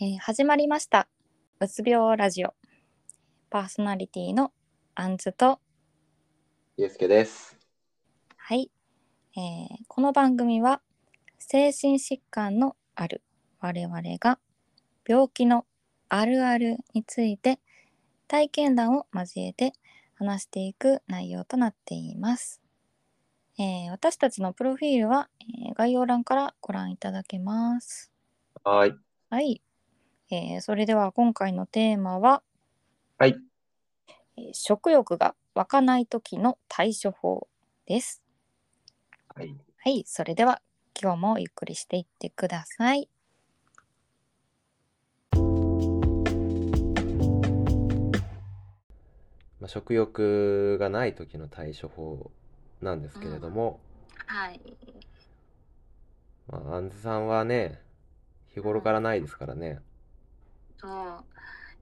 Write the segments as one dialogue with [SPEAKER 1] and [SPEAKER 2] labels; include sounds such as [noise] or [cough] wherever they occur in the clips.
[SPEAKER 1] えー始まりました「うつ病ラジオ」パーソナリティのアンズと
[SPEAKER 2] ゆうすけです。
[SPEAKER 1] はい、えーこの番組は精神疾患のある我々が病気のあるあるについて体験談を交えて話していく内容となっています。えー私たちのプロフィールは、えー概要欄からご覧いただけます。
[SPEAKER 2] はーい。
[SPEAKER 1] はい、えーそれでは今回のテーマは
[SPEAKER 2] はい。
[SPEAKER 1] えー食欲が湧かない時の対処法です。
[SPEAKER 2] はい。
[SPEAKER 1] はい、それでは今日もゆっくりしていってください。
[SPEAKER 2] まあ、食欲がない時の対処法なんですけれども、
[SPEAKER 1] はい、
[SPEAKER 2] まあ、あんずさんはね、日頃からないですからね。
[SPEAKER 3] そう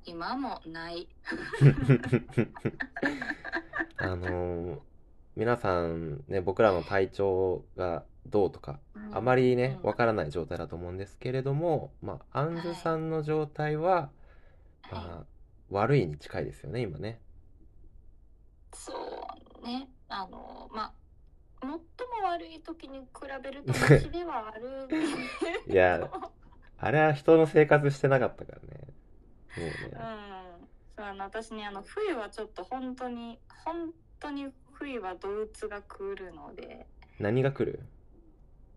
[SPEAKER 3] 今もない。
[SPEAKER 2] [laughs] あのー皆さんね、僕らの体調がどうとか、あまりね、
[SPEAKER 3] うん
[SPEAKER 2] わからない状態だと思うんですけれども、まあ、あんずさんの状態は、
[SPEAKER 3] り、
[SPEAKER 2] ま
[SPEAKER 3] は
[SPEAKER 2] あ、悪いに近いですよね、今 [laughs] ね。
[SPEAKER 3] い、そうねあのまあ最も悪い時に比べるとマシではあるけど
[SPEAKER 2] [laughs] いやあれは人の生活してなかったからね。もうね。
[SPEAKER 3] うんそうあの私ねあの冬はちょっと本当に本当に冬はドウツが来るので
[SPEAKER 2] 何が来る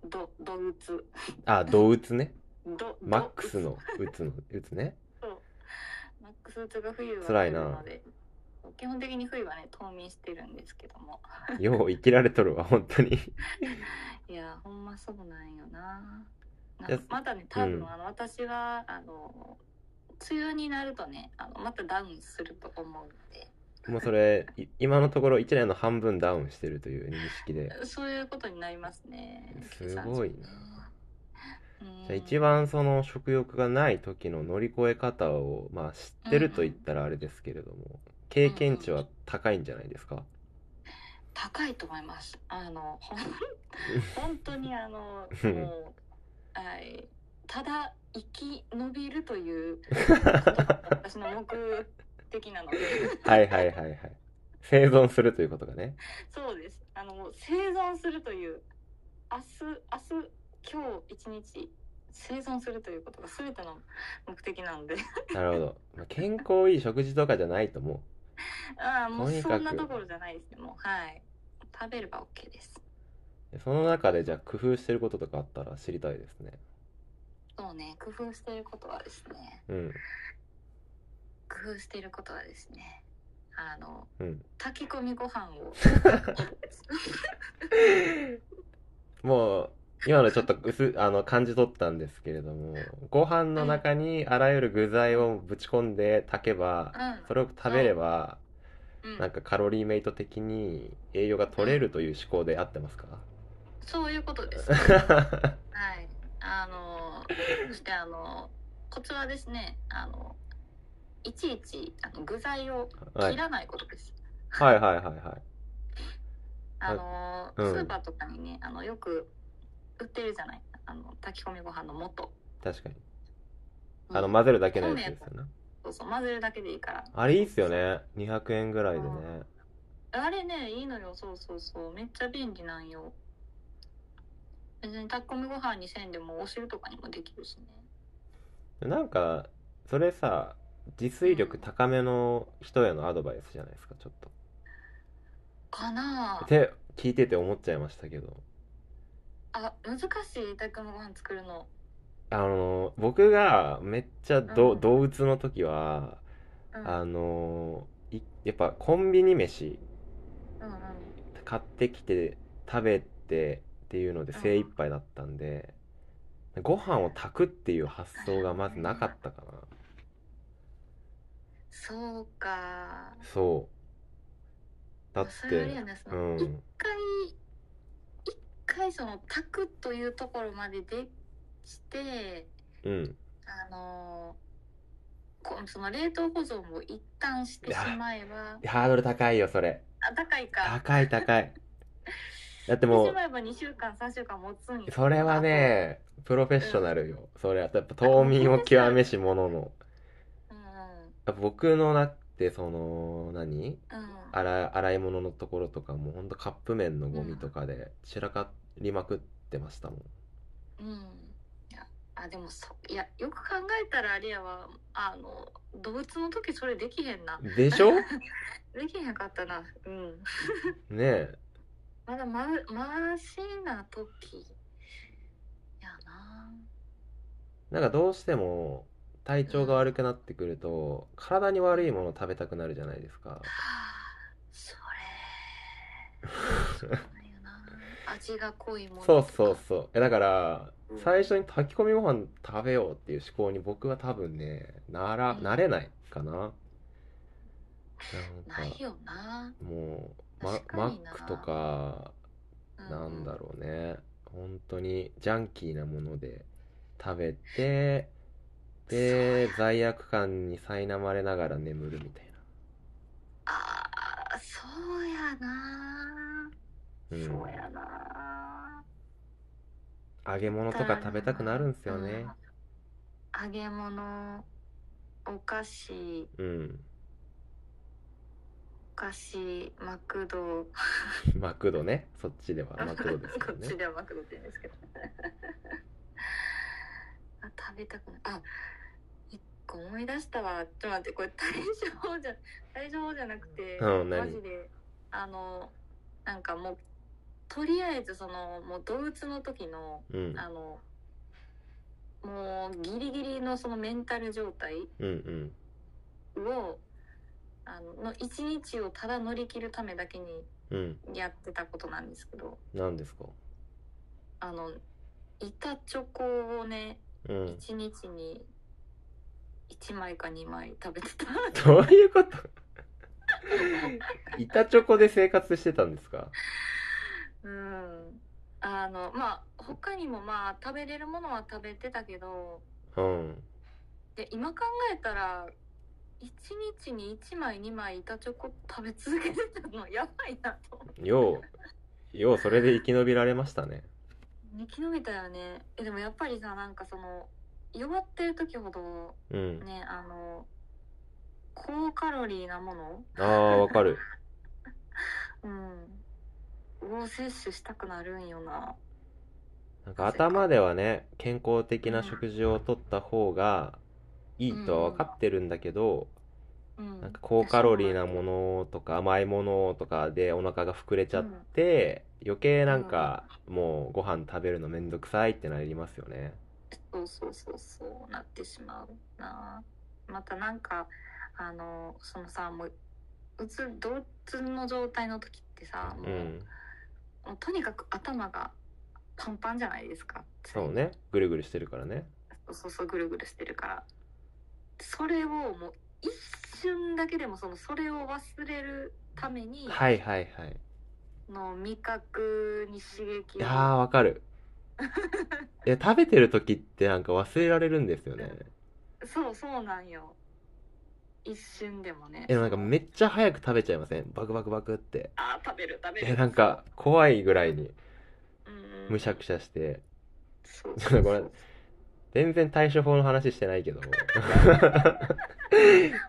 [SPEAKER 3] ドドウツ
[SPEAKER 2] あ、ドウツね。
[SPEAKER 3] ド
[SPEAKER 2] マックス
[SPEAKER 3] ドウ
[SPEAKER 2] のウツのウツね。
[SPEAKER 3] ツマックスウツが冬は
[SPEAKER 2] 辛い
[SPEAKER 3] 来る
[SPEAKER 2] な
[SPEAKER 3] ので基本的に冬はね冬眠してるんですけども
[SPEAKER 2] よう生きられとるわ、本当に。 [laughs]
[SPEAKER 3] いやほんまそうなんよな。
[SPEAKER 2] いや
[SPEAKER 3] なんかまだね多分、
[SPEAKER 2] うん
[SPEAKER 3] あの私はあの梅雨になるとねあのまたダウンすると思うんで
[SPEAKER 2] もうそれ、い今のところ1年の半分ダウンしてるという認識で。
[SPEAKER 3] そういうことになりますね。
[SPEAKER 2] すごいな
[SPEAKER 3] うん。
[SPEAKER 2] じゃあ一番その食欲がない時の乗り越え方を、まあ知ってると言ったらあれですけれども、経験値は高いんじゃないですか
[SPEAKER 3] 高いと思います。あの [laughs] ほん本当にあの
[SPEAKER 2] うん
[SPEAKER 3] もうはいただ生き延びるということが私の目的なので。
[SPEAKER 2] はいはいはいはい。生存するということがね。
[SPEAKER 3] そうです。あのもう生存するという明日明日今日一日生存するということが全ての目的なんで、
[SPEAKER 2] なるほど。まあ健康いい食事とかじゃないと思う。
[SPEAKER 3] ああも
[SPEAKER 2] と
[SPEAKER 3] う
[SPEAKER 2] にかく
[SPEAKER 3] そんなところじゃないですね。もうはい食べれば OK です。
[SPEAKER 2] でその中でじゃあ工夫してることとかあったら知りたいですね。
[SPEAKER 3] そうね工夫していることはですね
[SPEAKER 2] うん。
[SPEAKER 3] 工夫していることはですねあの
[SPEAKER 2] うん。
[SPEAKER 3] 炊き込みご飯
[SPEAKER 2] [laughs]
[SPEAKER 3] を
[SPEAKER 2] もう、今のちょっと薄、 [laughs] あの、感じ取ったんですけれども、ご飯の中にあらゆる具材をぶち込んで炊けば、それを食べれば、
[SPEAKER 3] うん、うん
[SPEAKER 2] なんかカロリーメイト的に栄養が取れるという思考で合ってますか [laughs]
[SPEAKER 3] そういうことです。はい、あのそしてあのコツはですねあのいちいちあの具材を
[SPEAKER 2] はい。
[SPEAKER 3] 切らないことです。
[SPEAKER 2] はいはいはいは
[SPEAKER 3] あの
[SPEAKER 2] うん
[SPEAKER 3] スーパーとかにねあのよく売ってるじゃないあの炊き込みご飯の素。
[SPEAKER 2] い。確かに。
[SPEAKER 3] うん
[SPEAKER 2] あの、混ぜるだけのやつですよね。
[SPEAKER 3] そうそう混ぜるだけでいいから
[SPEAKER 2] あれいいっすよね。200円ぐらいでね。
[SPEAKER 3] あれねいいのよそうそうそうめっちゃ便利なんよ別に炊き込みご飯にせんでもお汁とかにもできるしね
[SPEAKER 2] なんか、それさ、自炊力高めの人へのアドバイスじゃないですか、ちょっと。
[SPEAKER 3] かな
[SPEAKER 2] っ
[SPEAKER 3] あ
[SPEAKER 2] て聞いてて思っちゃいましたけど
[SPEAKER 3] あ難しい炊き込みご飯作るの
[SPEAKER 2] あの僕がめっちゃど、
[SPEAKER 3] うん
[SPEAKER 2] 動物の時は
[SPEAKER 3] うん
[SPEAKER 2] あのいやっぱコンビニ飯
[SPEAKER 3] うんうん
[SPEAKER 2] 買ってきて食べてっていうので精一杯だったんで、ご飯を炊くっていう発想がまずなかったかな、
[SPEAKER 3] そうか。
[SPEAKER 2] そうだっ
[SPEAKER 3] それあれや
[SPEAKER 2] て
[SPEAKER 3] ね、そうの一
[SPEAKER 2] ん
[SPEAKER 3] 回、一回その炊くというところまででして、
[SPEAKER 2] うん
[SPEAKER 3] あのーこその冷凍保存を一旦してしまえば、
[SPEAKER 2] ハードル高いよそれ
[SPEAKER 3] あ、高いか。
[SPEAKER 2] 高い高いだって
[SPEAKER 3] っ
[SPEAKER 2] も
[SPEAKER 3] てし
[SPEAKER 2] う
[SPEAKER 3] まえば2週間3週間持つんよ
[SPEAKER 2] それはねプロフェッショナルよそれはやっぱ冬眠を極めし者の
[SPEAKER 3] うん
[SPEAKER 2] 僕のだってその何
[SPEAKER 3] うん
[SPEAKER 2] 洗い洗い物のところとかもうほんとカップ麺のゴミとかで散らかりまくってましたもん
[SPEAKER 3] うんいやあでもそいやよく考えたらあれやわあの動物の時それできへんな [laughs]
[SPEAKER 2] でしょね
[SPEAKER 3] できへんかったなうん
[SPEAKER 2] え
[SPEAKER 3] まだまマシな時やな
[SPEAKER 2] なんかどうしても体調が悪くなってくると体に悪いものを食べたくなるじゃないですか
[SPEAKER 3] そ
[SPEAKER 2] [laughs]
[SPEAKER 3] れそうなんよな味が濃いもの
[SPEAKER 2] そうそ
[SPEAKER 3] と
[SPEAKER 2] う
[SPEAKER 3] か
[SPEAKER 2] そうえだから
[SPEAKER 3] うん
[SPEAKER 2] 最初に炊き込みご飯食べようっていう思考に僕は多分ねなら
[SPEAKER 3] うん
[SPEAKER 2] なれないかななんか
[SPEAKER 3] ないよな、
[SPEAKER 2] もうマ
[SPEAKER 3] 確
[SPEAKER 2] マ
[SPEAKER 3] かに
[SPEAKER 2] ッ
[SPEAKER 3] な
[SPEAKER 2] クとか
[SPEAKER 3] う
[SPEAKER 2] なんだろうね本当にジャンキーなもので食べてで罪悪感に苛まれながら眠るみたい
[SPEAKER 3] ああそうやな、
[SPEAKER 2] な、うん、
[SPEAKER 3] そうやな
[SPEAKER 2] 揚げ物とか食べたくなるんすよね
[SPEAKER 3] 揚げ物お菓子
[SPEAKER 2] うん [laughs]
[SPEAKER 3] お菓子マクド
[SPEAKER 2] マクドねそっちではマクドですけ
[SPEAKER 3] こ
[SPEAKER 2] ど
[SPEAKER 3] っち
[SPEAKER 2] ね
[SPEAKER 3] ではマクドって言うんですけど [laughs] あ食べたくないあ一個思い出したわちょっと待ってこれ対象じゃ対象じゃなくて、
[SPEAKER 2] うん何
[SPEAKER 3] マジであのなんかもうとりあえずそのもう動物の時の
[SPEAKER 2] うん
[SPEAKER 3] あのもうギリギリのそのメンタル状態
[SPEAKER 2] うんうん
[SPEAKER 3] をあのの一日をただ乗り切るためだけに
[SPEAKER 2] うん
[SPEAKER 3] やってたことなんですけど
[SPEAKER 2] 何ですか
[SPEAKER 3] あの板チョコをね
[SPEAKER 2] うん
[SPEAKER 3] 一日に1枚か2枚食べて
[SPEAKER 2] [laughs]
[SPEAKER 3] た
[SPEAKER 2] どういうこと [laughs] 板チョコで生活してたんですか
[SPEAKER 3] うんあのまあ他にもまあ食べれるものは食べてたけど
[SPEAKER 2] うん
[SPEAKER 3] で今考えたら一日に1枚2枚板チョコ食べ続けてたのやばいなと
[SPEAKER 2] ようようそれで生き延びられましたね
[SPEAKER 3] 生き延びたよねえでもやっぱりさなんかその弱ってる時ほど
[SPEAKER 2] うん
[SPEAKER 3] ねあの高カロリーなもの、
[SPEAKER 2] あーわかる
[SPEAKER 3] うん、を摂取したくなるんよな
[SPEAKER 2] なんか頭ではね健康的な食事をとった方がいいとは分かってるんだけど、
[SPEAKER 3] うん
[SPEAKER 2] なんか高カロリーなものとか甘いものとかでお腹が膨れちゃって、余計なんかもうご飯食べるのめんどくさいってなりますよね。
[SPEAKER 3] そうそうそうそうなってしまうなまたなんかあのそのさもううつ動物の状態の時ってさも
[SPEAKER 2] う
[SPEAKER 3] う、
[SPEAKER 2] ん、
[SPEAKER 3] もうとにかく頭がパンパンじゃないですか
[SPEAKER 2] そうねぐるぐるしてるからね。
[SPEAKER 3] そうそうそうぐるぐるしてるからそれをもう一瞬だけでもそのそれを忘れるために
[SPEAKER 2] はいはいはい。
[SPEAKER 3] の味覚に刺激を
[SPEAKER 2] いやーわか [laughs] る。いや食べてる時ってなんか忘れられるんですよね。
[SPEAKER 3] そうそうなんよ一瞬でもね
[SPEAKER 2] えなんかめっちゃ早く食べちゃいませんバクバクバクって。
[SPEAKER 3] あー食べる食べる
[SPEAKER 2] えなんか怖いぐらいに
[SPEAKER 3] うんうん
[SPEAKER 2] むしゃくしゃして
[SPEAKER 3] そう
[SPEAKER 2] ちょっと [laughs] ごめん
[SPEAKER 3] [laughs] そう
[SPEAKER 2] 全然対処法の話してない
[SPEAKER 3] [laughs]
[SPEAKER 2] けど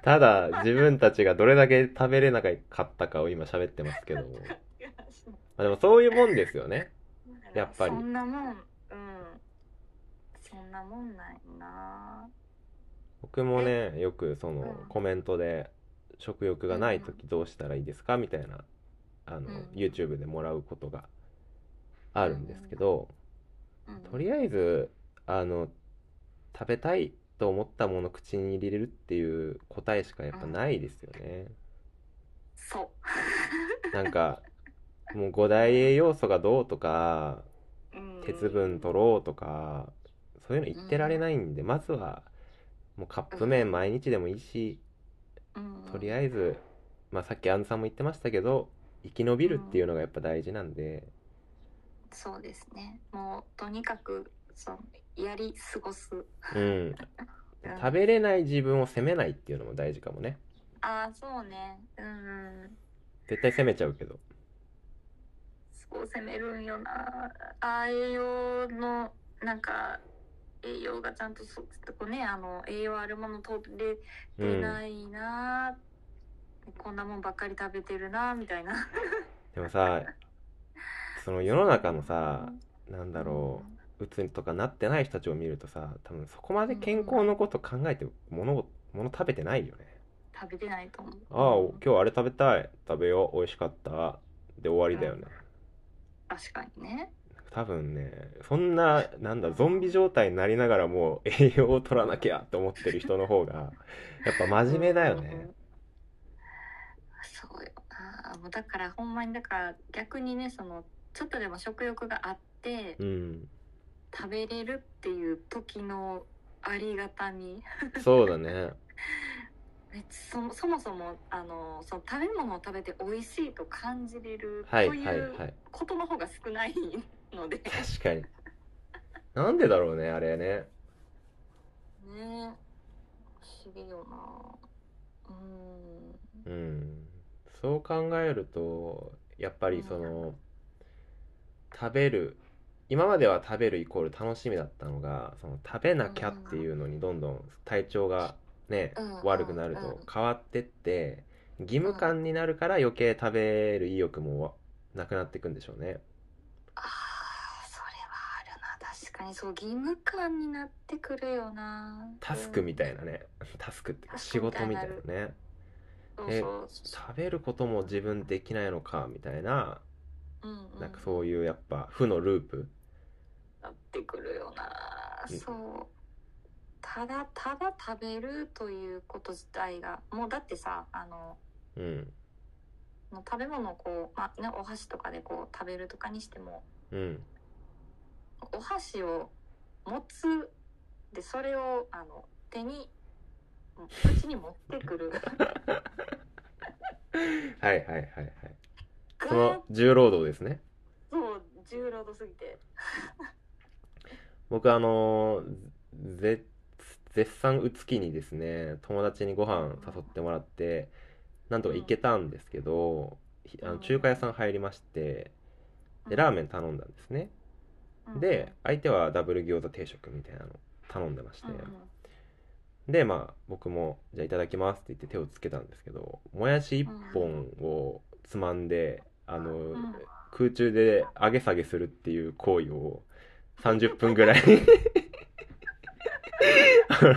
[SPEAKER 2] ただ自分たちがどれだけ食べれなかったかを今喋ってますけども、ま
[SPEAKER 3] そう
[SPEAKER 2] あ、でもそういうもんですよねやっぱり
[SPEAKER 3] そんなもんうんそんなもんないな
[SPEAKER 2] 僕もねよくその
[SPEAKER 3] うん
[SPEAKER 2] コメントで「食欲がない時どうしたらいいですか?」みたいなあの
[SPEAKER 3] うん
[SPEAKER 2] YouTube でもらうことがあるんですけど
[SPEAKER 3] うん
[SPEAKER 2] とりあえずあの食べたいと思ったものを口に入れるっていう答えしかやっぱないですよね。
[SPEAKER 3] そ
[SPEAKER 2] なんかもう5大栄養素がどうとか
[SPEAKER 3] う、うん、
[SPEAKER 2] 鉄分取ろうとかそういうの言ってられないんで、まずはもうカップ麺毎日でもいいし、
[SPEAKER 3] うん
[SPEAKER 2] とりあえず、まあ、さっきアンさんも言ってましたけど生き延びるっていうのがやっぱ大事なんで、
[SPEAKER 3] そうですね。もうとにかくそうやり過ごす。
[SPEAKER 2] うん、食べれない自分を責めないっていうのも大事かもね
[SPEAKER 3] ああそうね。うんうん。
[SPEAKER 2] 絶対責めちゃうけど
[SPEAKER 3] そこを責めるんよなあ栄養のなんか栄養がちゃんとそそこねあの栄養あるもの取れてないな、こんなもんばっかり食べてるなみたいな
[SPEAKER 2] でもさその世の中のさなんだろううつとかなってない人たちを見るとさ多分そこまで健康のこと考えて物を物食べてないよね
[SPEAKER 3] 食べてないと思う
[SPEAKER 2] ああ今日あれ食べたい食べよう美味しかったで終わりだよね、
[SPEAKER 3] 確かにね
[SPEAKER 2] 多分ねそんななんだゾンビ状態になりながらもう栄養を取らなきゃと思ってる人の方がやっぱ真面目だよね、
[SPEAKER 3] そうよなもうだからほんまにだから逆にねそのちょっとでも食欲があって
[SPEAKER 2] うん
[SPEAKER 3] 食べれるっていう時のありがたみ
[SPEAKER 2] そうだね
[SPEAKER 3] えそもそもそもあのその食べ物を食べて美味しいと感じれると
[SPEAKER 2] はいはい
[SPEAKER 3] い
[SPEAKER 2] は
[SPEAKER 3] う
[SPEAKER 2] い
[SPEAKER 3] ことの方が少ないので、
[SPEAKER 2] 確かになんでだろうねあれね
[SPEAKER 3] ね不思議よなうん
[SPEAKER 2] うんそう考えるとやっぱりその食べる今までは食べるイコール楽しみだったのがその食べなきゃっていうのにどんどん体調がね
[SPEAKER 3] うん
[SPEAKER 2] 悪くなると変わってって義務感になるから余計食べる意欲もなくなっていくんでしょうね。
[SPEAKER 3] あーそれはあるな確かにそう義務感になってくるよな
[SPEAKER 2] タスクみたい
[SPEAKER 3] な、
[SPEAKER 2] なね [laughs] タスクっていうか
[SPEAKER 3] タス
[SPEAKER 2] 仕
[SPEAKER 3] クみた
[SPEAKER 2] 事
[SPEAKER 3] いに
[SPEAKER 2] み
[SPEAKER 3] な
[SPEAKER 2] たい
[SPEAKER 3] る
[SPEAKER 2] なね
[SPEAKER 3] うんそうそ
[SPEAKER 2] 食べることも自分できないのかみたいな
[SPEAKER 3] う、うんうん、
[SPEAKER 2] なんかそういうやっぱ負のループ
[SPEAKER 3] なってくるよな、
[SPEAKER 2] うん
[SPEAKER 3] そうただただ食べるということ自体がもうだってさあの
[SPEAKER 2] うん
[SPEAKER 3] 食べ物をこう、まあね、お箸とかでこう食べるとかにしても
[SPEAKER 2] うん
[SPEAKER 3] お箸を持つでそれをあの手に口に持ってくる
[SPEAKER 2] はいはいはいはい。そ
[SPEAKER 3] が
[SPEAKER 2] の重労働ですね。
[SPEAKER 3] そう重労働すぎて
[SPEAKER 2] 僕あのーぜ絶賛うつきにですね友達にご飯誘ってもらってなんとか行けたんですけど、ひあ
[SPEAKER 3] う
[SPEAKER 2] の
[SPEAKER 3] ん
[SPEAKER 2] 中華屋さん入りましてでラーメン頼んだんですね。
[SPEAKER 3] うん
[SPEAKER 2] で相手はダブル餃子定食みたいなの頼んでまして
[SPEAKER 3] うんうん
[SPEAKER 2] でまあ僕も「じゃあいただきます」って言って手をつけたんですけどもやし1本をつまんであのー
[SPEAKER 3] うん
[SPEAKER 2] 空中で上げ下げするっていう行為を30分ぐらいあの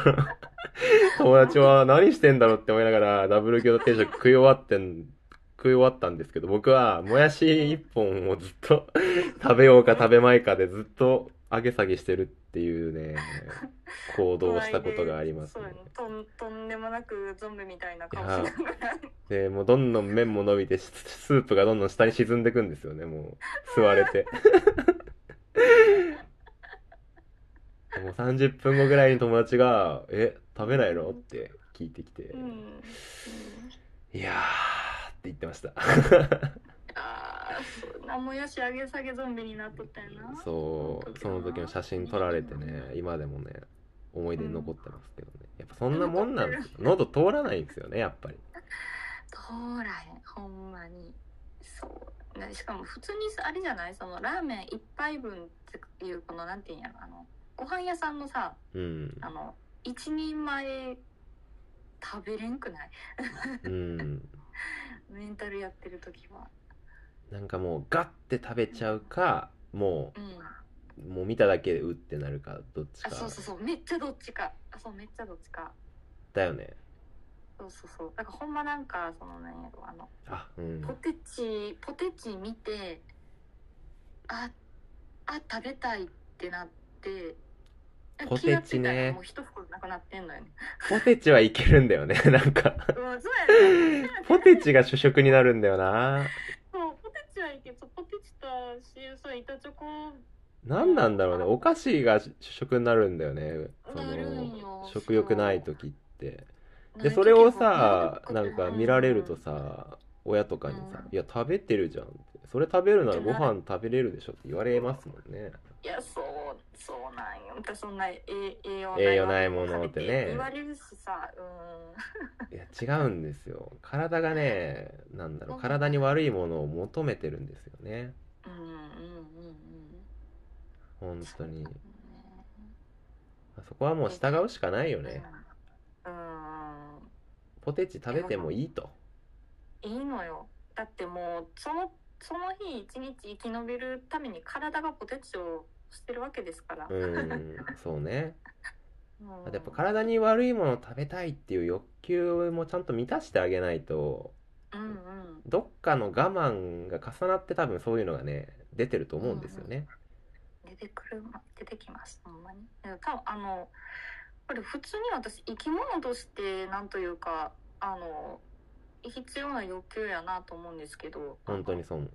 [SPEAKER 2] 友達は何してんだろうって思いながらダブル餃子定食食い終わってん食い終わったんですけど僕はもやし1本をずっと食べようか食べまいかでずっと上げ下げしてるっていうね行動をしたことがあります
[SPEAKER 3] そう
[SPEAKER 2] ね
[SPEAKER 3] やねとんとんでもなくゾンビみたいな顔し
[SPEAKER 2] いや
[SPEAKER 3] ながら
[SPEAKER 2] でもうどんどん麺も伸びてススープがどんどん下に沈んでくんですよねも
[SPEAKER 3] [laughs]
[SPEAKER 2] う吸われて [laughs] でもう30分後ぐらいに友達が「え食べないの?」って聞いてきて「
[SPEAKER 3] うんうん
[SPEAKER 2] いやー」って言ってました
[SPEAKER 3] ああ、そんなもやし上げ下げゾンビになっとったよな。
[SPEAKER 2] そうその時の写真撮られてね今でもね思い出に残ってますけどねやっぱそんなもんなんですよ喉通らないんですよねやっぱり
[SPEAKER 3] 通らへん、ほんまに。そう。ね、しかも普通にさあれじゃないそのラーメン一杯分っていう、このなんていうんやろ、あの、ご飯屋さんのさ、
[SPEAKER 2] うん
[SPEAKER 3] あの、一人前食べれんくない
[SPEAKER 2] うん
[SPEAKER 3] メンタルやってる時は。
[SPEAKER 2] なんかもうガッて食べちゃうかもう
[SPEAKER 3] うん。
[SPEAKER 2] もう見ただけでうってなるかどっちか
[SPEAKER 3] あ、そうそうそう。めっちゃどっちか。あ、そう、めっちゃどっちか。
[SPEAKER 2] だよね
[SPEAKER 3] そうそうそう。だからほんまなんか、そのなんやろ、あの、
[SPEAKER 2] あうん
[SPEAKER 3] ポテチポテチ見てああ食べたいってなって
[SPEAKER 2] ポテチね
[SPEAKER 3] 気がついたらもう一袋なくなってんのよね
[SPEAKER 2] [laughs] ポテチはいけるんだよね [laughs] なん
[SPEAKER 3] [laughs]
[SPEAKER 2] か
[SPEAKER 3] うんそうやね
[SPEAKER 2] ポテチが主食になるんだよな
[SPEAKER 3] そうポテチはいいけどポテチと塩そう板チョコ
[SPEAKER 2] 何なんだろうねお菓子が主食になるんだよねそ
[SPEAKER 3] なるん
[SPEAKER 2] の
[SPEAKER 3] よ
[SPEAKER 2] 食欲ない時ってでそれをさなんか見られると、さ親とかにさ
[SPEAKER 3] うん
[SPEAKER 2] 「いや食べてるじゃん」って「それ食べるなら
[SPEAKER 3] って
[SPEAKER 2] ご
[SPEAKER 3] なる
[SPEAKER 2] 飯食べれるでしょ」って言われますもんね
[SPEAKER 3] いやそうそうなんよまたそんな栄栄養
[SPEAKER 2] 栄養ないものってね
[SPEAKER 3] 言われるしさうん
[SPEAKER 2] いや違うんですよ体がねなんだろう体に悪いものを求めてるんですよね
[SPEAKER 3] うんうんうんうん
[SPEAKER 2] 本当に
[SPEAKER 3] ね
[SPEAKER 2] そこはもう従うしかないよね
[SPEAKER 3] うんうん
[SPEAKER 2] ポテチ食べてもいいと
[SPEAKER 3] いいのよだってもうそのその日一日生き延びるために体がポテチをしてるわけですから、 [laughs]
[SPEAKER 2] うんそうね
[SPEAKER 3] うん
[SPEAKER 2] あとやっぱ体に悪いものを食べたいっていう欲求もちゃんと満たしてあげないと
[SPEAKER 3] うんうん
[SPEAKER 2] どっかの我慢が重なって多分そういうのがね出てると思うんですよね。
[SPEAKER 3] 出てくるま出てきますほんまにで多分あのこれ普通に私生き物としてなんというかあの必要な欲求やなと思うんですけど
[SPEAKER 2] 本当にそう。
[SPEAKER 3] うん、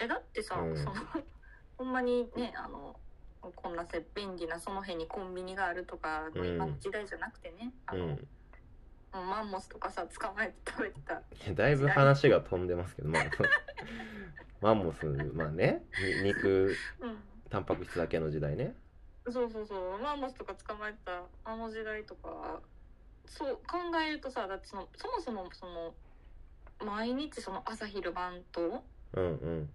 [SPEAKER 3] えだってさ、
[SPEAKER 2] うん
[SPEAKER 3] その [laughs] ほんまにねあのこんなせ便利なその辺にコンビニがあるとか、
[SPEAKER 2] うん
[SPEAKER 3] 今の時代じゃなくてねあ
[SPEAKER 2] う
[SPEAKER 3] の、
[SPEAKER 2] ん。
[SPEAKER 3] もうマンモスとかさ捕まえて食べてた
[SPEAKER 2] だいぶ話が飛んでますけど、まあ、 [laughs] そうマンモス、まあね、に肉、
[SPEAKER 3] うん
[SPEAKER 2] タンパク質だけの時代ね。
[SPEAKER 3] そうそうそうマンモスとか捕まえてたあの時代とかそう考えるとさだってそのそもそもその毎日その朝昼晩と
[SPEAKER 2] うんうん。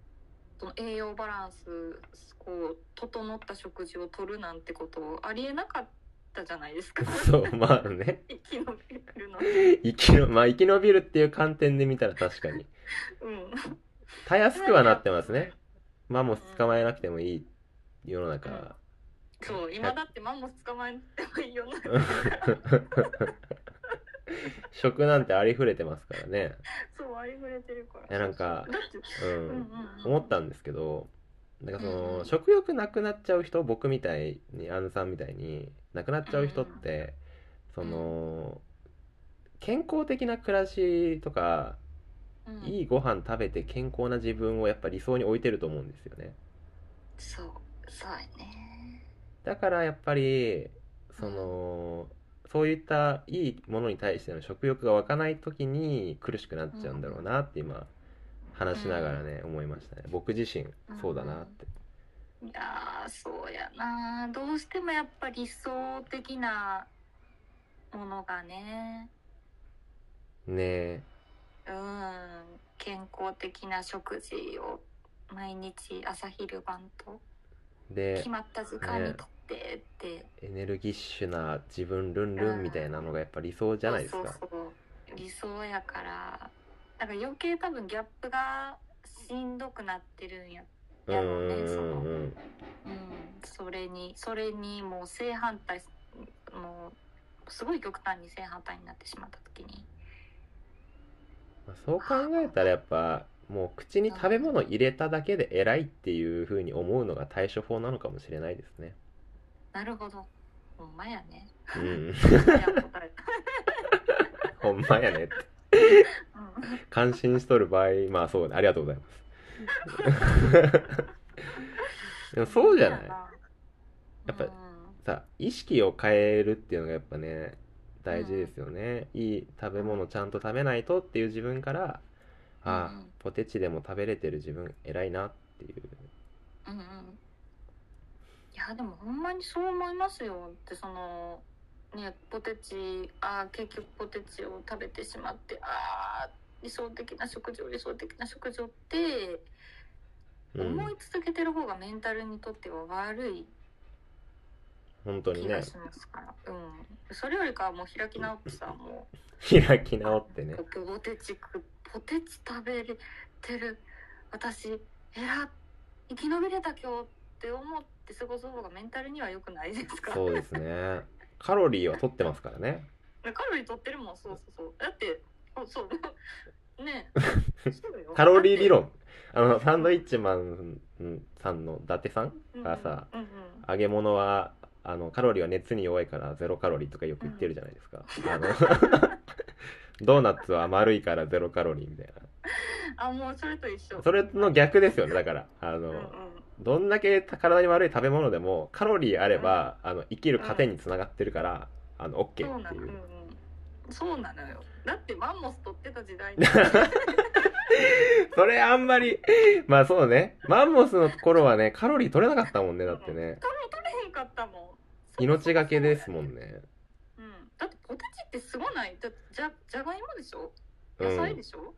[SPEAKER 3] その栄養バランスこう整った食事をとるなんてことありえなかったじゃない
[SPEAKER 2] [laughs]
[SPEAKER 3] ですか
[SPEAKER 2] [laughs] そう、まあね。
[SPEAKER 3] 生き延びるの
[SPEAKER 2] 生きの、まあ生き延びるっていう観点で見たら確かに。
[SPEAKER 3] うん
[SPEAKER 2] たやすくはなってますね。マンモス捕まえなくてもいい世の中。 [laughs]
[SPEAKER 3] そう今だってマンモス捕まえてもいいよな
[SPEAKER 2] 食なんてありふれてますからね。
[SPEAKER 3] そうありふれてるから
[SPEAKER 2] いやなん
[SPEAKER 3] だっ
[SPEAKER 2] か
[SPEAKER 3] て
[SPEAKER 2] う
[SPEAKER 3] うんうん
[SPEAKER 2] ん。
[SPEAKER 3] うん
[SPEAKER 2] 思ったんですけどなんかそ
[SPEAKER 3] うん
[SPEAKER 2] の、
[SPEAKER 3] うん
[SPEAKER 2] 食欲なくなっちゃう人僕みたいにアンさんみたいになくなっちゃう人って、
[SPEAKER 3] うん
[SPEAKER 2] その健康的な暮らしとか、
[SPEAKER 3] うん
[SPEAKER 2] いいご飯食べて健康な自分をやっぱ理想に置いてると思うんですよね
[SPEAKER 3] そうそうやね
[SPEAKER 2] だからやっぱりその、そういったいいものに対しての食欲が湧かない時に苦しくなっちゃうんだろうなって今話しながらね、思いましたね僕自身そうだなって、
[SPEAKER 3] いやーそうやなどうしてもやっぱ理想的なものがね
[SPEAKER 2] ねえ
[SPEAKER 3] うん健康的な食事を毎日朝昼晩と
[SPEAKER 2] で
[SPEAKER 3] 決まった時間にとってって、
[SPEAKER 2] エネルギッシュな自分ルンルンみたいなのがやっぱ理想じゃないですか
[SPEAKER 3] そうそうそう理想やからだから余計多分ギャップがしんどくなってるんや
[SPEAKER 2] うんうんうんうん
[SPEAKER 3] うんそれにそれにもう正反対もうすごい極端に正反対になってしまった時に
[SPEAKER 2] まあそう考えたらやっぱもう口に食べ物入れただけで偉いっていう風に思うのが対処法なのかもしれないですね
[SPEAKER 3] なるほどほんまや
[SPEAKER 2] [laughs]
[SPEAKER 3] ね
[SPEAKER 2] うん
[SPEAKER 3] [laughs] いや答え
[SPEAKER 2] ほんまやねって
[SPEAKER 3] たうん
[SPEAKER 2] 感心しとる場合まあそうだありがとうございます
[SPEAKER 3] [laughs]
[SPEAKER 2] でもそうじゃないやっぱ
[SPEAKER 3] うん
[SPEAKER 2] さ意識を変えるっていうのがやっぱね大事ですよね、いい食べ物ちゃんと食べないとっていう自分から、
[SPEAKER 3] う
[SPEAKER 2] あ
[SPEAKER 3] ん
[SPEAKER 2] あポテチでも食べれてる自分偉いなっていう
[SPEAKER 3] うんうんいやでもほんまにそう思いますよってそのねポテチあー結局ポテチを食べてしまってあー理想的な食事を理想的な食事をって
[SPEAKER 2] うん
[SPEAKER 3] 思い続けてる方がメンタルにとっては悪い
[SPEAKER 2] 本当に
[SPEAKER 3] 気
[SPEAKER 2] ね
[SPEAKER 3] がしますから、うん、それよりかはもう開き直ってさも
[SPEAKER 2] 開き直ってね
[SPEAKER 3] う僕ポテチ食ポテチ食べれてる私えら生き延びれた今日って思って過ごす方がメンタルには良くないですか
[SPEAKER 2] そうですねカロリーは取ってますからね
[SPEAKER 3] カロリー取ってるもんそうそうそうだってあそう [laughs] ねえそうよ
[SPEAKER 2] カロリー理論あのサンドイッチマンさんの伊達さんがさ
[SPEAKER 3] うんうん
[SPEAKER 2] 揚げ物はあのカロリーは熱に弱いからゼロカロリーとかよく言ってるじゃないですか、
[SPEAKER 3] [laughs]
[SPEAKER 2] あのドーナツは丸いからゼロカロリーみたい
[SPEAKER 3] あもうそれと一緒
[SPEAKER 2] なそれの逆ですよねだからあの、
[SPEAKER 3] うんうん
[SPEAKER 2] どんだけ体に悪い食べ物でもカロリーあれば、あの生きる糧につながってるから、あの
[SPEAKER 3] そ
[SPEAKER 2] OK
[SPEAKER 3] う
[SPEAKER 2] っ
[SPEAKER 3] な
[SPEAKER 2] て
[SPEAKER 3] の、うん、
[SPEAKER 2] いううん
[SPEAKER 3] そうなのよだってマンモス取ってた時代
[SPEAKER 2] [laughs] それあんまりまあそうねマンモスの頃はねカロリー取れなかったもんねだってね
[SPEAKER 3] [laughs] カロリー取れへんかったもん
[SPEAKER 2] 命がけです
[SPEAKER 3] ん、
[SPEAKER 2] もんね
[SPEAKER 3] うん、だってポテチってすごないだってじゃじゃがいもでしょ
[SPEAKER 2] う
[SPEAKER 3] 野菜で
[SPEAKER 2] ん
[SPEAKER 3] しょ、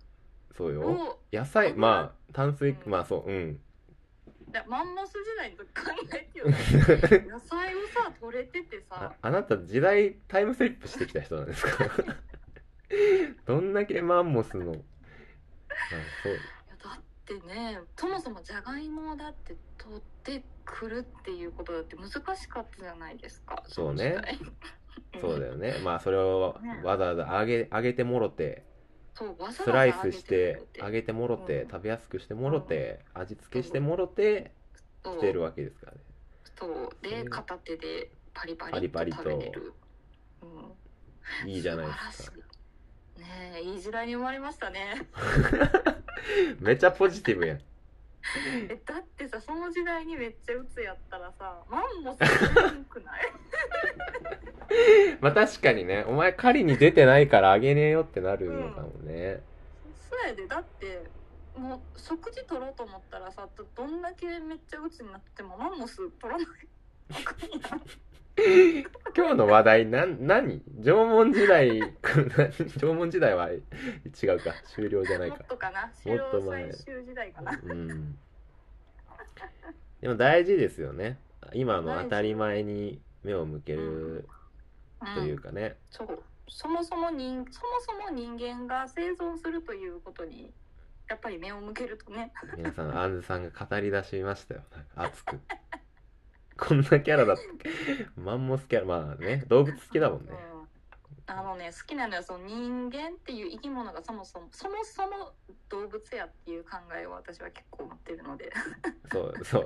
[SPEAKER 2] そうよ。
[SPEAKER 3] を
[SPEAKER 2] 野菜、
[SPEAKER 3] 油
[SPEAKER 2] まあ、炭水、
[SPEAKER 3] うん
[SPEAKER 2] まあそう、うん。
[SPEAKER 3] だマンモス時代と考え
[SPEAKER 2] [laughs]
[SPEAKER 3] てよ野菜をさ取れてて
[SPEAKER 2] あ
[SPEAKER 3] さ
[SPEAKER 2] [laughs] あなた時代タイムスリップしてきた人なんですか [laughs] どんだけマンモスの、まあ、そ
[SPEAKER 3] いやだってねそもそもじゃがいもをだって取ってくるっていうことだって難しかったじゃないですか
[SPEAKER 2] そうねうそうだ
[SPEAKER 3] よ
[SPEAKER 2] よねまあそれを
[SPEAKER 3] ね
[SPEAKER 2] わざわざ揚げ揚げてもろて
[SPEAKER 3] そうわざ
[SPEAKER 2] ス
[SPEAKER 3] わざ
[SPEAKER 2] ラ
[SPEAKER 3] 揚
[SPEAKER 2] イ
[SPEAKER 3] げ
[SPEAKER 2] スして揚
[SPEAKER 3] げ
[SPEAKER 2] げてもろて
[SPEAKER 3] うん
[SPEAKER 2] 食べやすくしてもろて味付けしてもろて
[SPEAKER 3] そう
[SPEAKER 2] してるわけですからね
[SPEAKER 3] そうで
[SPEAKER 2] うん
[SPEAKER 3] 片手でパリパ
[SPEAKER 2] パリ
[SPEAKER 3] リ
[SPEAKER 2] パ
[SPEAKER 3] と
[SPEAKER 2] リと
[SPEAKER 3] 食べれるうん
[SPEAKER 2] いいじゃないです
[SPEAKER 3] 素晴らし
[SPEAKER 2] か
[SPEAKER 3] いねえいい時代に生まれました
[SPEAKER 2] [laughs]
[SPEAKER 3] ね
[SPEAKER 2] めちゃポジティブやん
[SPEAKER 3] えだってさその時代にめっちゃ鬱やったらさマンモス強くない
[SPEAKER 2] [laughs] まあ確かにねお前狩りに出てないからあげねえよってなるのかもね、
[SPEAKER 3] そうやでだってもう食事取ろうと思ったらさどどんだけめっちゃ鬱になってもマンモス取らない
[SPEAKER 2] 今日の話題なん何縄文時代 [laughs] 縄文時代は違うか終了じゃない
[SPEAKER 3] も
[SPEAKER 2] か
[SPEAKER 3] っとかな
[SPEAKER 2] も
[SPEAKER 3] 狩
[SPEAKER 2] っと
[SPEAKER 3] 猟
[SPEAKER 2] 前
[SPEAKER 3] 採集時代かな
[SPEAKER 2] うんでも大事ですよね今の当たり前に目を向けると
[SPEAKER 3] うん
[SPEAKER 2] いうかね、
[SPEAKER 3] そうそもそも人そもそも人間が生存するということにやっぱり目を向けるとね
[SPEAKER 2] 皆さん、アンズさんが語り出しましたよ。熱く。こんなキャラだった。マンモスキャラ、まあね、動物好きだもんね。
[SPEAKER 3] うんあのね好きなのはその人間っていう生き物がそもそもそもそも動物やっていう考えを私は結構持ってるので [laughs]
[SPEAKER 2] そう、そう。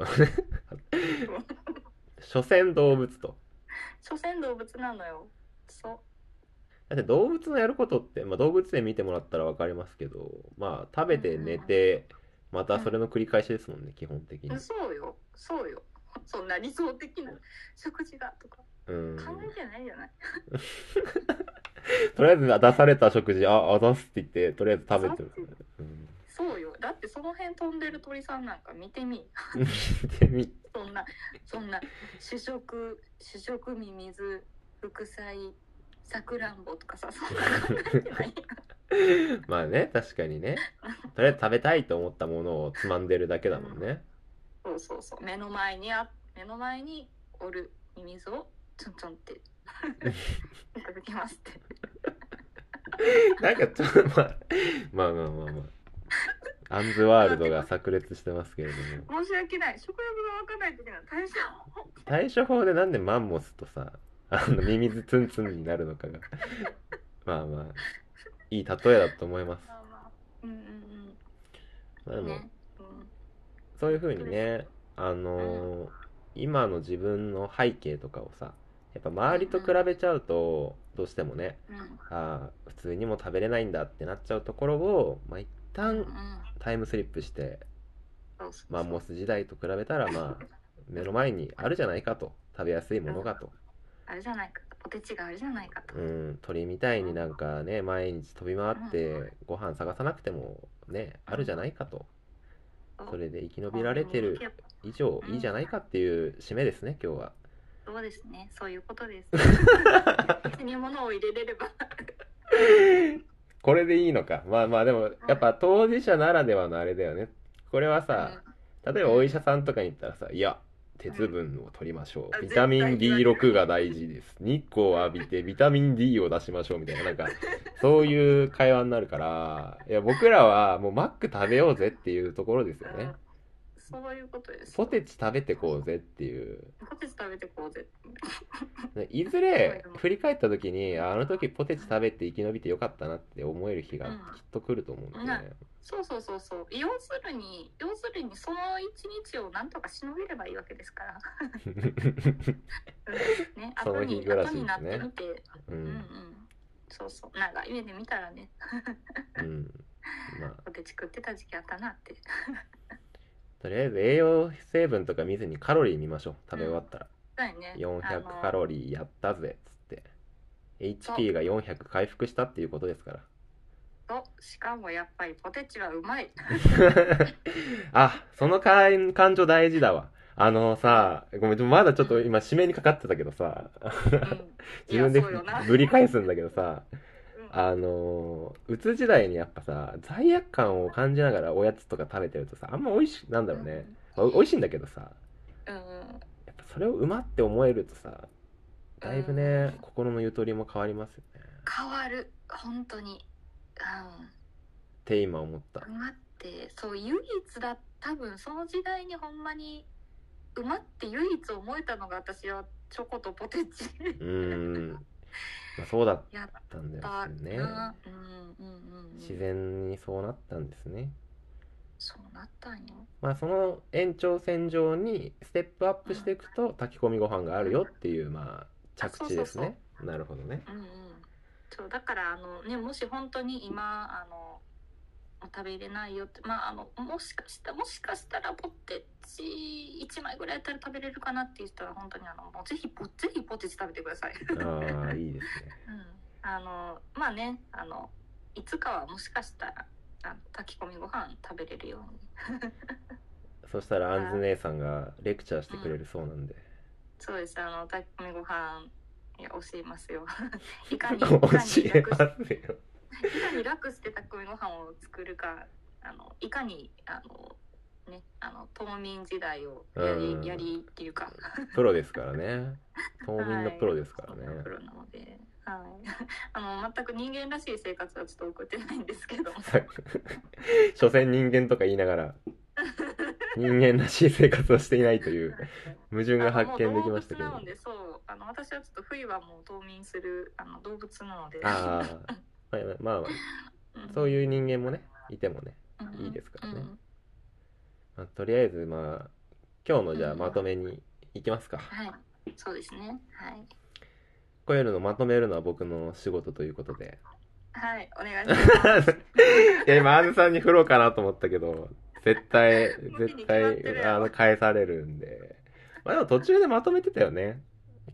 [SPEAKER 2] 所詮動物と。
[SPEAKER 3] 所詮動物なのよそ
[SPEAKER 2] だって動物のやることって、まあ動物園見てもらったらわかりますけど、まあ食べて寝て、またそれの繰り返しですもんね、基本的に
[SPEAKER 3] う。そうよそうよそんな理想的な食事がとか
[SPEAKER 2] うん。
[SPEAKER 3] 考えてないじゃない、
[SPEAKER 2] とりあえず出された食事、あ、あざすって言って、とりあえず食べてる
[SPEAKER 3] あざす。
[SPEAKER 2] うん。
[SPEAKER 3] そうよだってその辺飛んでる鳥さんなんか見てみ
[SPEAKER 2] [laughs] で、み、
[SPEAKER 3] そんな、そんな、主食、主食、ミミズ、副菜、さくらんぼとかさ、そんな考えてない。
[SPEAKER 2] まあね、確かにね。とりあえず食べたいと思ったものをつまんでるだけだもんね。
[SPEAKER 3] そうそうそう、目の前にあ、目の前におるミミズを、ちょんちょんって。いただきますって。
[SPEAKER 2] なんかちょっとまあ、まあまあまあまあ。アンズワールドが炸裂してますけれども。
[SPEAKER 3] 申し訳ない、食欲がわかんない時の対象。
[SPEAKER 2] 対処法でなんでマンモスとさ、
[SPEAKER 3] [laughs]
[SPEAKER 2] あの、ミミズツンツンになるのかが。まあまあ、いい例えだと思います。
[SPEAKER 3] まあまあうんうん
[SPEAKER 2] まあ
[SPEAKER 3] うん。
[SPEAKER 2] でも、
[SPEAKER 3] ね。うん
[SPEAKER 2] そういうふうにね、あのー今の自分の背景とかをさ、やっぱ周りと比べちゃうと、どうしてもね、
[SPEAKER 3] うん。
[SPEAKER 2] あー普通にも食べれないんだってなっちゃうところを、まあ、一
[SPEAKER 3] うんう
[SPEAKER 2] 旦
[SPEAKER 3] ん。
[SPEAKER 2] タイムスリップして
[SPEAKER 3] そうそう
[SPEAKER 2] マンモス時代と比べたらまあ目の前にあるじゃないかと食べやすいものがと、
[SPEAKER 3] あれじゃないか、ポテチがあるじゃないかと。
[SPEAKER 2] うん、鳥みたいになんかね毎日飛び回ってご飯探さなくてもねあるじゃないかとそれで生き延びられてる以上いいじゃないかっていう締めですね今日は
[SPEAKER 3] そうですね、そういうこと
[SPEAKER 2] [laughs]
[SPEAKER 3] です。口に物を入れれれば。
[SPEAKER 2] これでいいのかまあまあでもやっぱ当事者ならではのあれだよねこれはさ、例えばお医者さんとかに行ったらさ「いや鉄分を取りましょ
[SPEAKER 3] あ
[SPEAKER 2] う」「ビタミン
[SPEAKER 3] 絶対言われ
[SPEAKER 2] D6
[SPEAKER 3] る
[SPEAKER 2] が大事です」「日光を浴びてビタミン D を出しましょう」みたいな
[SPEAKER 3] [laughs]
[SPEAKER 2] なんかそういう会話になるからいや僕らはもうマック食べようぜっていうところですよ
[SPEAKER 3] う
[SPEAKER 2] ね
[SPEAKER 3] んそういうことです。
[SPEAKER 2] ポテチ食べてこうぜっていう
[SPEAKER 3] ポテチ食べてこうぜ。
[SPEAKER 2] でいずれ振り返った時にあの時ポテチ食べて生き延びてよかったなって思える日がきっと来ると思うんですよね
[SPEAKER 3] そうそうそうそう。要するに、要するにその一日をなんとかしのげればいいわけですから。うんね、
[SPEAKER 2] [laughs] その
[SPEAKER 3] 後
[SPEAKER 2] 日
[SPEAKER 3] に、
[SPEAKER 2] 暮ら
[SPEAKER 3] 後
[SPEAKER 2] しです
[SPEAKER 3] に
[SPEAKER 2] ね
[SPEAKER 3] なってみて。
[SPEAKER 2] [laughs]
[SPEAKER 3] う
[SPEAKER 2] う
[SPEAKER 3] んうんん。そうそう。長い目で見たらね、
[SPEAKER 2] うんまあ
[SPEAKER 3] ポテチ食ってた時期あったなって。
[SPEAKER 2] とりあえず栄養成分とか見ずにカロリー見ましょう食べ終わったら、
[SPEAKER 3] だよね。
[SPEAKER 2] 400カ
[SPEAKER 3] あの
[SPEAKER 2] ロリーやったぜっつって HP が400回復したっていうことですから
[SPEAKER 3] そ
[SPEAKER 2] [laughs]
[SPEAKER 3] うしかもやっぱりポテチはうまい。
[SPEAKER 2] あその感感情大事だわあのさごめんでもまだちょっと今締めにかかってたけどさ
[SPEAKER 3] うん、い
[SPEAKER 2] 自
[SPEAKER 3] や、
[SPEAKER 2] 分で
[SPEAKER 3] そうよな。
[SPEAKER 2] ぶり返すんだけどさ
[SPEAKER 3] うん
[SPEAKER 2] あのー、うつ時代にやっぱさ、罪悪感を感じながらおやつとか食べてるとさ、あんま美味しい、なんだろうね。まあお美味しいんだけどさ、
[SPEAKER 3] うんうん
[SPEAKER 2] やっぱそれをうまって思えるとさ、だいぶね、心のゆとりも変わりますよね。っ
[SPEAKER 3] 変わる本当に
[SPEAKER 2] て今思った
[SPEAKER 3] う。ん馬ってそう唯一だ多分その時代にほんまに馬って唯一思えたのが私はチョコとポテチ
[SPEAKER 2] うーん。まあ、そうだっ
[SPEAKER 3] やった
[SPEAKER 2] んです
[SPEAKER 3] た
[SPEAKER 2] ね。
[SPEAKER 3] な、うんうんうんうん
[SPEAKER 2] 自然にそうなったんですね。
[SPEAKER 3] そうなったんよ
[SPEAKER 2] まあ、その延長線上にステップアップしていくと炊き込みご飯があるよっていう、まあ、着地ですね。なるほどね。
[SPEAKER 3] うんうんそうだからあのねもし本当に今あのお食べれないよってまああのもしかしたもしかしたらポテチ1枚ぐらいやったら食べれるかなっていう人は本当にあのもうぜひポぜひポテチ食べてください。
[SPEAKER 2] ああ、いいですね。
[SPEAKER 3] うんあのまあねあのいつかはもしかしたらあの炊き込みご飯食べれるように
[SPEAKER 2] そしたら、あんず姉さんがレクチャーしてくれるそうなんで。
[SPEAKER 3] そうですあの炊き込みご飯いや教えますよいかにいか
[SPEAKER 2] [laughs] 教
[SPEAKER 3] に楽し
[SPEAKER 2] えますよ。
[SPEAKER 3] いかに楽して炊き込みご飯を作るかあのいかにあのねあの冬眠時代をやり,、
[SPEAKER 2] うん
[SPEAKER 3] やりっていうか
[SPEAKER 2] プロですからね。島民のプロですからね。
[SPEAKER 3] はい、プロなので、はい、 [laughs] あの全く人間らしい生活はちょっと送ってないんですけど
[SPEAKER 2] さ所詮人間とか言いながら、人間らしい生活をしていないという矛盾が発見できましたけ
[SPEAKER 3] あの
[SPEAKER 2] ど
[SPEAKER 3] もう動物なの。でそうあの私はちょっと冬はもう冬眠するあの動物なので
[SPEAKER 2] ああ、まあまあまあ、そう
[SPEAKER 3] い
[SPEAKER 2] いう人間もね、いてもね。
[SPEAKER 3] う
[SPEAKER 2] いいですからねまあ、とりあえず、まあ、今日のじゃあまとめに行きますか。
[SPEAKER 3] はいそうですねはい
[SPEAKER 2] こういうのをまとめるのは僕の仕事ということで。
[SPEAKER 3] はいお願いし
[SPEAKER 2] [laughs]
[SPEAKER 3] ます
[SPEAKER 2] いや、今、アンズさんに振ろうかなと思ったけど、絶対、
[SPEAKER 3] 無理に
[SPEAKER 2] 絶
[SPEAKER 3] 決まってる
[SPEAKER 2] 対、
[SPEAKER 3] やろ
[SPEAKER 2] あの、返されるんで。まあでも途中でまとめてたよね。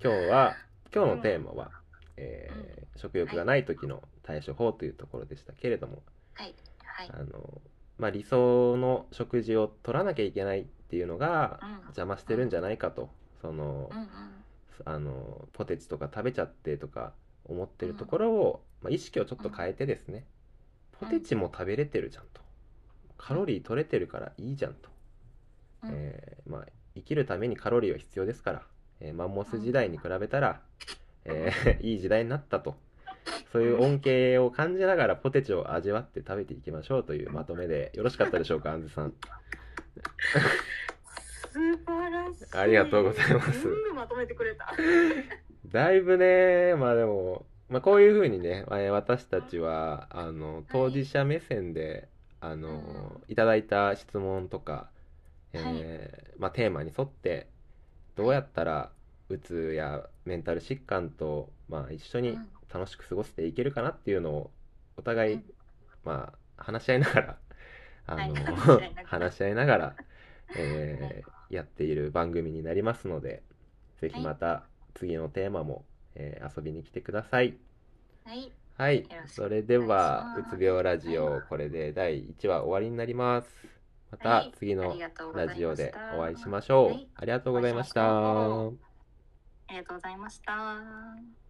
[SPEAKER 2] 今日は、今日のテーマは、えー食欲がない時の対処法というところでしたけれども、
[SPEAKER 3] はいはい
[SPEAKER 2] あの、まあ理想の食事を取らなきゃいけないっていうのが
[SPEAKER 3] うん
[SPEAKER 2] 邪魔してるんじゃないかと、その
[SPEAKER 3] う、んうん
[SPEAKER 2] あの、ポテチとか食べちゃってとか思ってるところを、まあ、意識をちょっと変えてですね、
[SPEAKER 3] うん
[SPEAKER 2] ポテチも食べれてるじゃんと。カロリー取れてるからいいじゃんと。
[SPEAKER 3] うん
[SPEAKER 2] えーまあ、生きるためにカロリーは必要ですから、えーマンモス時代に比べたら、えーいい時代になったと。そういう恩恵を感じながらポテチを味わって食べていきましょうというまとめでよろしかったでしょうか、アンズさん。
[SPEAKER 3] 素晴らしい
[SPEAKER 2] ありがとうございます
[SPEAKER 3] 全部まとめてくれた
[SPEAKER 2] だいぶね、まあでも、まあこういうふうにね、えー私たちは、あの、当事者目線で、あの、いただいた質問とか、えーまあテーマに沿って、どうやったら、うつやメンタル疾患と、まあ一緒に楽しく過ごしていけるかなっていうのを、お互
[SPEAKER 3] う
[SPEAKER 2] い
[SPEAKER 3] ん、
[SPEAKER 2] まあ話し合いな
[SPEAKER 3] [laughs]
[SPEAKER 2] がら、あ
[SPEAKER 3] はい
[SPEAKER 2] [laughs] の、話
[SPEAKER 3] 話
[SPEAKER 2] し合いな
[SPEAKER 3] [laughs]
[SPEAKER 2] がら、えーやっている番組になりますので、ぜひまた次のテーマも、えー遊びに来てください。
[SPEAKER 3] はい
[SPEAKER 2] はい
[SPEAKER 3] よろしくお願いしま。す
[SPEAKER 2] それでは、うつ病ラジオ、これで第1話終わりになります。ま
[SPEAKER 3] は
[SPEAKER 2] た
[SPEAKER 3] い
[SPEAKER 2] 次
[SPEAKER 3] あ
[SPEAKER 2] の
[SPEAKER 3] りがとうございまし
[SPEAKER 2] ラ
[SPEAKER 3] た
[SPEAKER 2] ジオでお会いしましょ
[SPEAKER 3] は
[SPEAKER 2] う
[SPEAKER 3] い。
[SPEAKER 2] ありがとうございました。
[SPEAKER 3] お会いしましょうありがとうございました